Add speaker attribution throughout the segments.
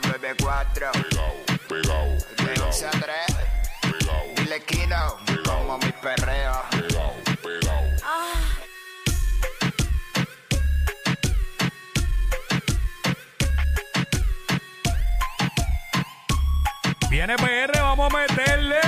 Speaker 1: 994.
Speaker 2: Pegao, pegao,
Speaker 1: De
Speaker 2: pegao,
Speaker 1: 11 a 3.
Speaker 2: pegao,
Speaker 1: Dile Kino, como mi perreo.
Speaker 2: pegao, pegao.
Speaker 3: Viene PR, vamos a meterle.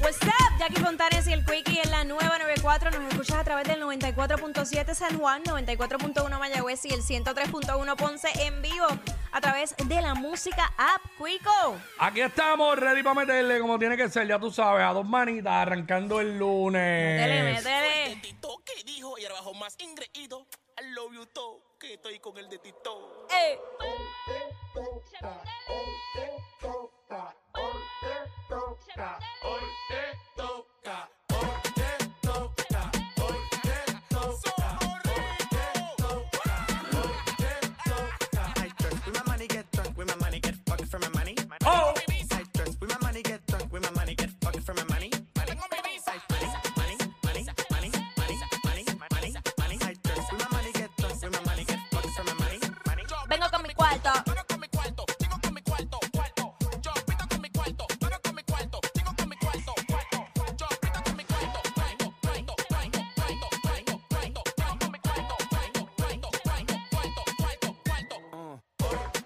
Speaker 4: What's up, Jackie Fontanes y el Quickie en la nueva 94. Nos escuchas a través del 94.7 San Juan, 94.1 Mayagüez y el 103.1 Ponce en vivo a través de la música app Quico.
Speaker 3: Aquí estamos, ready para meterle, como tiene que ser, ya tú sabes, a dos manitas, arrancando el
Speaker 4: Métele,
Speaker 3: lunes.
Speaker 4: métele.
Speaker 5: Tito que dijo y ahora bajo más ingreído. I love you todo, que estoy con el de Tito.
Speaker 4: Eh.
Speaker 6: I dress with my money, get drunk with my money, get fucked for my money.
Speaker 3: Oh,
Speaker 6: I dress with my money, get drunk with my money, get fucked for my money. Money, money, money, money, money, money, money, money. I dress with my money, get drunk with my money, get fucked for my money. Money.
Speaker 4: Vengo con mi cuarto.
Speaker 5: Vengo con mi cuarto, tengo con mi cuarto, cuarto. Yo pito con mi cuarto, vengo con mi cuarto, tengo con mi cuarto, cuarto. Yo pito con mi cuarto, cuarto, cuarto, cuarto, cuarto, cuarto, cuarto. Vengo con mi cuarto, cuarto, cuarto, cuarto, cuarto, cuarto, cuarto.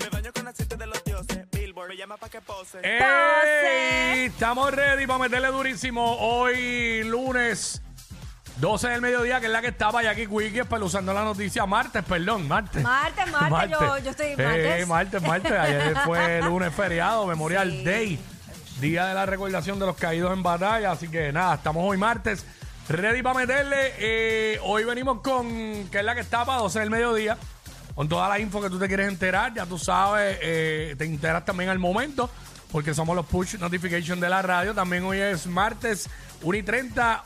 Speaker 6: Me baño con aceite de los dioses. Billboard me llama pa' que pose.
Speaker 3: ¡Ey!
Speaker 4: Pase.
Speaker 3: Estamos ready para meterle durísimo hoy lunes 12 del mediodía, que es la que estaba ya aquí Quickie usando la noticia martes, perdón, martes.
Speaker 4: Martes, martes, yo- yo estoy-
Speaker 3: Eh,
Speaker 4: martes.
Speaker 3: martes, martes. Ayer fue lunes feriado, Memorial Day, día de la recordación de los caídos en batalla, así que nada, estamos hoy martes ready para meterle. Eh, hoy venimos con que es la que está para 12 del mediodía. Con toda la info que tú te quieres enterar, ya tú sabes, eh, te enteras también al momento porque somos los push notification de la radio. También hoy es martes 1 y 30.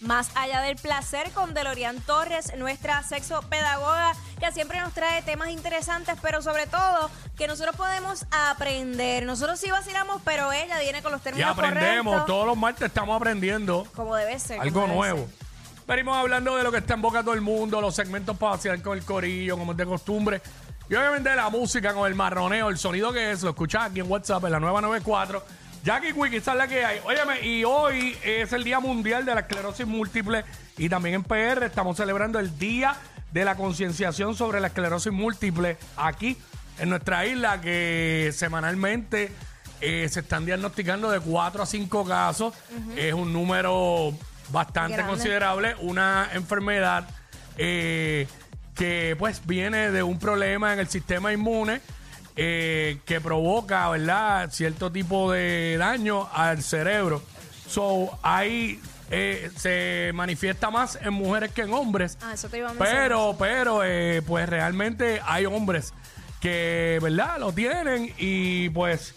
Speaker 4: Más allá del placer con Delorian Torres, nuestra sexopedagoga, que siempre nos trae temas interesantes, pero sobre todo que nosotros podemos aprender. Nosotros sí vacilamos, pero ella viene con los
Speaker 3: Y
Speaker 4: términos
Speaker 3: aprendemos,
Speaker 4: correctos.
Speaker 3: todos los martes estamos aprendiendo
Speaker 4: Como debe ser.
Speaker 3: algo
Speaker 4: como debe
Speaker 3: nuevo.
Speaker 4: ser.
Speaker 3: Venimos hablando de lo que está en boca de todo el mundo, los segmentos para vacilar con el corillo, como es de costumbre. Y obviamente la música con el marroneo, el sonido que es, lo escuchas aquí en WhatsApp, en la nueva 94. Jackie Quickie, esa es la que hay. Óyeme, y hoy es el Día Mundial de la Esclerosis Múltiple y también en PR estamos celebrando el Día de la Concienciación sobre la Esclerosis Múltiple aquí en nuestra isla, que semanalmente eh, se están diagnosticando de 4 a 5 casos. Es un número bastante
Speaker 4: Grande.
Speaker 3: considerable considerable, una enfermedad eh, que pues viene de un problema en el sistema inmune eh, que provoca, ¿verdad?, cierto tipo de daño al cerebro. So, ahí eh, se manifiesta más en mujeres que en hombres.
Speaker 4: Ah, eso te iba a mencionar.
Speaker 3: Pero, pero, eh, pues realmente hay hombres que, ¿verdad?, lo tienen y pues...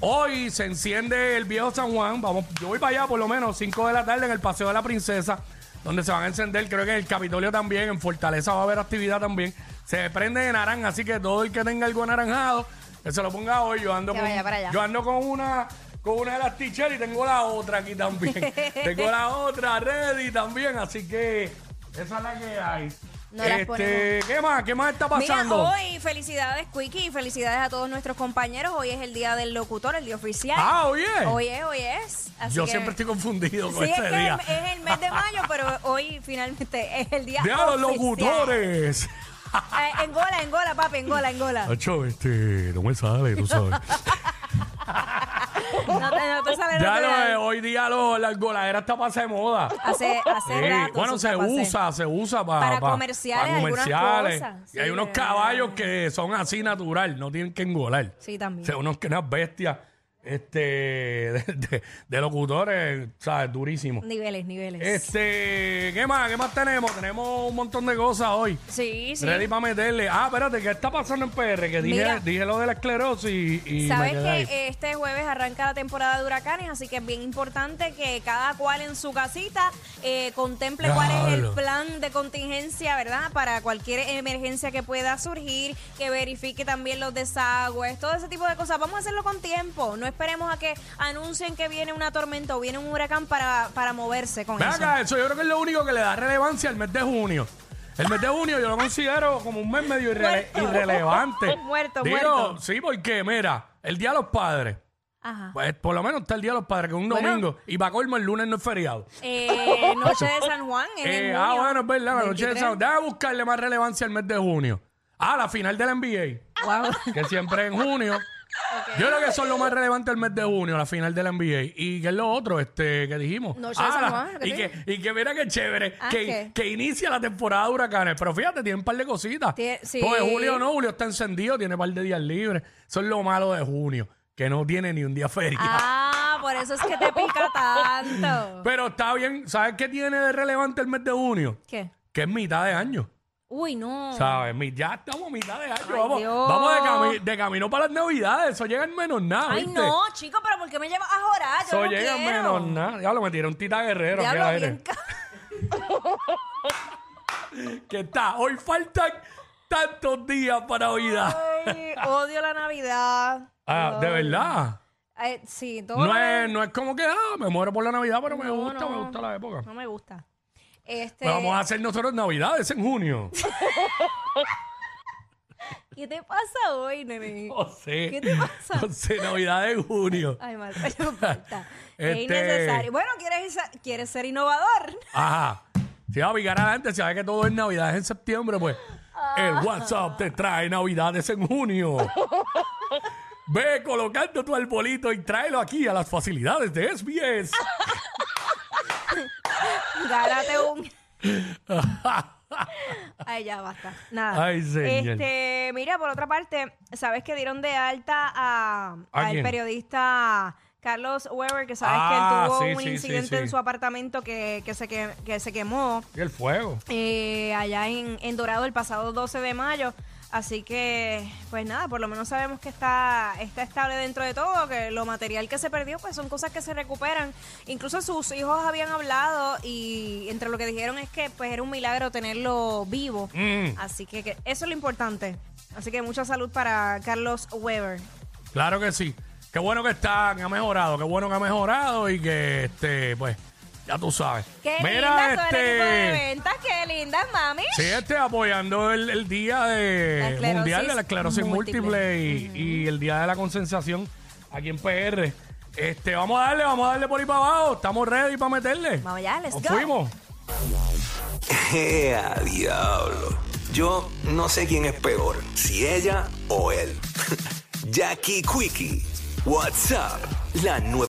Speaker 3: Hoy se enciende el viejo San Juan. Vamos, yo voy para allá por lo menos 5 de la tarde en el Paseo de la Princesa, donde se van a encender, creo que en el Capitolio también, en Fortaleza va a haber actividad también. Se prende de naranja, así que todo el que tenga algo anaranjado, que se lo ponga hoy. Yo ando,
Speaker 4: Que
Speaker 3: con,
Speaker 4: vaya para allá.
Speaker 3: yo ando con una con una de las ticheras y tengo la otra aquí también. tengo la otra ready también, así que esa es la que hay.
Speaker 4: No las
Speaker 3: este,
Speaker 4: ponemos.
Speaker 3: ¿Qué más? ¿Qué más está
Speaker 4: Mira,
Speaker 3: pasando?
Speaker 4: hoy felicidades, Quickie, y felicidades a todos nuestros compañeros. Hoy es el día del locutor, el día oficial.
Speaker 3: ah, oye.
Speaker 4: Hoy es, hoy es. Así
Speaker 3: yo
Speaker 4: que-
Speaker 3: siempre estoy confundido con
Speaker 4: Sí, es
Speaker 3: ese
Speaker 4: que
Speaker 3: día.
Speaker 4: es el- es el mes de mayo, pero hoy finalmente es el día
Speaker 3: ¡Deja a los
Speaker 4: oficial.
Speaker 3: locutores!
Speaker 4: Eh, en gola, en gola, papi, en gola, en gola.
Speaker 3: Acho, este, no me sale, tú sabes.
Speaker 4: No te, no te
Speaker 3: ya
Speaker 4: sale no te
Speaker 3: lo
Speaker 4: sale.
Speaker 3: es, hoy día lo, la goladera está para hacer moda.
Speaker 4: Hace, hace
Speaker 3: Sí,
Speaker 4: rato.
Speaker 3: bueno,
Speaker 4: eso
Speaker 3: se
Speaker 4: está pasé.
Speaker 3: usa, se usa pa-
Speaker 4: Para
Speaker 3: pa-
Speaker 4: comerciales,
Speaker 3: para
Speaker 4: algunas
Speaker 3: comerciales.
Speaker 4: cosas.
Speaker 3: Y hay
Speaker 4: Sí,
Speaker 3: unos
Speaker 4: de
Speaker 3: caballos
Speaker 4: verdad.
Speaker 3: que son así natural, no tienen que engolar.
Speaker 4: Sí, también.
Speaker 3: O sea, unos que unas bestias este, de, de- de locutores, ¿sabes? Durísimo.
Speaker 4: Niveles, niveles.
Speaker 3: Este, ¿qué más? ¿Qué más tenemos? Tenemos un montón de cosas hoy.
Speaker 4: Sí, sí.
Speaker 3: Ready para meterle. Ah, espérate, ¿qué está pasando en PR? Que dije,
Speaker 4: Mira.
Speaker 3: dije lo de la esclerosis y, y
Speaker 4: Sabes
Speaker 3: me quedé ahí.
Speaker 4: que este jueves arranca la temporada de huracanes, así que es bien importante que cada cual en su casita eh, contemple cuál es el
Speaker 3: Diablo.
Speaker 4: plan de contingencia, ¿verdad? Para cualquier emergencia que pueda surgir, que verifique también los desagües, todo ese tipo de cosas. Vamos a hacerlo con tiempo. No esperemos a que anuncien que viene una tormenta o viene un huracán para, para moverse con
Speaker 3: Ven
Speaker 4: eso.
Speaker 3: acá, eso yo creo que es lo único que le da relevancia al mes de junio. El mes de junio yo lo considero como un mes medio irre-
Speaker 4: Muerto.
Speaker 3: irrelevante.
Speaker 4: Muerto,
Speaker 3: Digo,
Speaker 4: muerto.
Speaker 3: Sí, porque mira, el Día de los Padres.
Speaker 4: Ajá.
Speaker 3: Pues, por lo menos está el Día de los Padres, que es un
Speaker 4: Bueno.
Speaker 3: domingo. Y para colmo, el lunes no es feriado.
Speaker 4: Eh, noche de San Juan. es en
Speaker 3: Eh,
Speaker 4: junio,
Speaker 3: ah, bueno, es verdad, la noche de
Speaker 4: 23.
Speaker 3: sábado. Déjame buscarle más relevancia al mes de junio. Ah, la final del NBA,
Speaker 4: Wow.
Speaker 3: que siempre es en junio. Yo creo que son lo más relevante el mes de junio, la final del NBA. ¿Y qué es lo otro este, que dijimos?
Speaker 4: Noche de San
Speaker 3: la-
Speaker 4: Juan, lo que
Speaker 3: y,
Speaker 4: te
Speaker 3: que, y que mira qué chévere,
Speaker 4: Ah,
Speaker 3: que,
Speaker 4: ¿qué?
Speaker 3: que inicia la temporada de huracanes. Pero fíjate, tiene un par de cositas.
Speaker 4: Tie- sí.
Speaker 3: Porque julio no, julio está encendido, tiene un par de días libres. Eso es lo malo de junio, que no tiene ni un día feriado.
Speaker 4: Ah, por eso es que te pica tanto.
Speaker 3: Pero está bien, ¿sabes qué tiene de relevante el mes de junio?
Speaker 4: ¿Qué?
Speaker 3: Que es mitad de año.
Speaker 4: Uy, no.
Speaker 3: ¿Sabes? Mi- Ya estamos a mitad de año.
Speaker 4: Ay,
Speaker 3: vamos
Speaker 4: Dios.
Speaker 3: vamos de, cami- de camino para las navidades. Eso llega en menos nada.
Speaker 4: Ay,
Speaker 3: ¿viste?
Speaker 4: no, chico, pero ¿por qué me llevas a jorar? Yo
Speaker 3: Eso
Speaker 4: no
Speaker 3: llega en
Speaker 4: quiero.
Speaker 3: menos nada. Diablo, me tiró un tita guerrero.
Speaker 4: Diablo,
Speaker 3: mira,
Speaker 4: bien
Speaker 3: eres.
Speaker 4: ca-
Speaker 3: que está. Hoy faltan tantos días para Navidad.
Speaker 4: Ay, odio la Navidad.
Speaker 3: Ah, de verdad.
Speaker 4: Ay, sí, todo
Speaker 3: No
Speaker 4: lo que-
Speaker 3: es, no es como que, ah, me muero por la Navidad, pero me
Speaker 4: No,
Speaker 3: gusta,
Speaker 4: no.
Speaker 3: me gusta la época.
Speaker 4: No me gusta. Este,
Speaker 3: Pero vamos a hacer nosotros Navidades en junio.
Speaker 4: ¿Qué te pasa hoy, nene?
Speaker 3: No sé.
Speaker 4: ¿Qué te pasa?
Speaker 3: No sé, Oh, Navidades en junio.
Speaker 4: Ay, madre, no importa.
Speaker 3: Este-
Speaker 4: Es innecesario. Bueno, ¿quieres, isa- quieres ser innovador?
Speaker 3: Ajá. Si va a picar adelante, si sabe que todo es Navidad en septiembre, pues
Speaker 4: Ah.
Speaker 3: el WhatsApp te trae Navidades en junio. Ve colocando tu arbolito y tráelo aquí a las facilidades de SBS.
Speaker 4: Gárate un... Ay, ya basta. Nada.
Speaker 3: Ay, señor.
Speaker 4: Este, mira, por otra parte, sabes que dieron de alta a,
Speaker 3: ¿A
Speaker 4: al
Speaker 3: quién?
Speaker 4: periodista Carlos Weber, que sabes
Speaker 3: Ah,
Speaker 4: que él tuvo
Speaker 3: sí,
Speaker 4: un
Speaker 3: sí, sí,
Speaker 4: incidente
Speaker 3: sí.
Speaker 4: en su apartamento que, que se, que, que se quemó
Speaker 3: y el fuego.
Speaker 4: eh, allá en, en Dorado el pasado 12 de mayo. Así que, pues nada, por lo menos sabemos que está, está estable dentro de todo, que lo material que se perdió, pues son cosas que se recuperan. Incluso sus hijos habían hablado y entre lo que dijeron es que pues era un milagro tenerlo vivo.
Speaker 3: Mm.
Speaker 4: Así que, que eso es lo importante. Así que mucha salud para Carlos Weber.
Speaker 3: Claro que sí. Qué bueno que está, que ha mejorado, qué bueno que ha mejorado y que, este, pues, ya tú sabes.
Speaker 4: Qué
Speaker 3: Mira,
Speaker 4: linda todo el equipo de
Speaker 3: este.
Speaker 4: ventas, qué linda, mami.
Speaker 3: Sí, este apoyando el, el día
Speaker 4: La
Speaker 3: de
Speaker 4: esclerosis
Speaker 3: mundial de la esclerosis múltiple,
Speaker 4: múltiple
Speaker 3: y, y el día de la concentración aquí en PR. Este, vamos a darle, vamos a darle por ahí para abajo. Estamos ready para meterle.
Speaker 4: Vamos allá, let's
Speaker 3: Nos
Speaker 4: go.
Speaker 3: fuimos.
Speaker 7: ¡Ea, diablo! Yo no sé quién es peor, si ella o él. Jackie Quickie, WhatsApp, la nueva.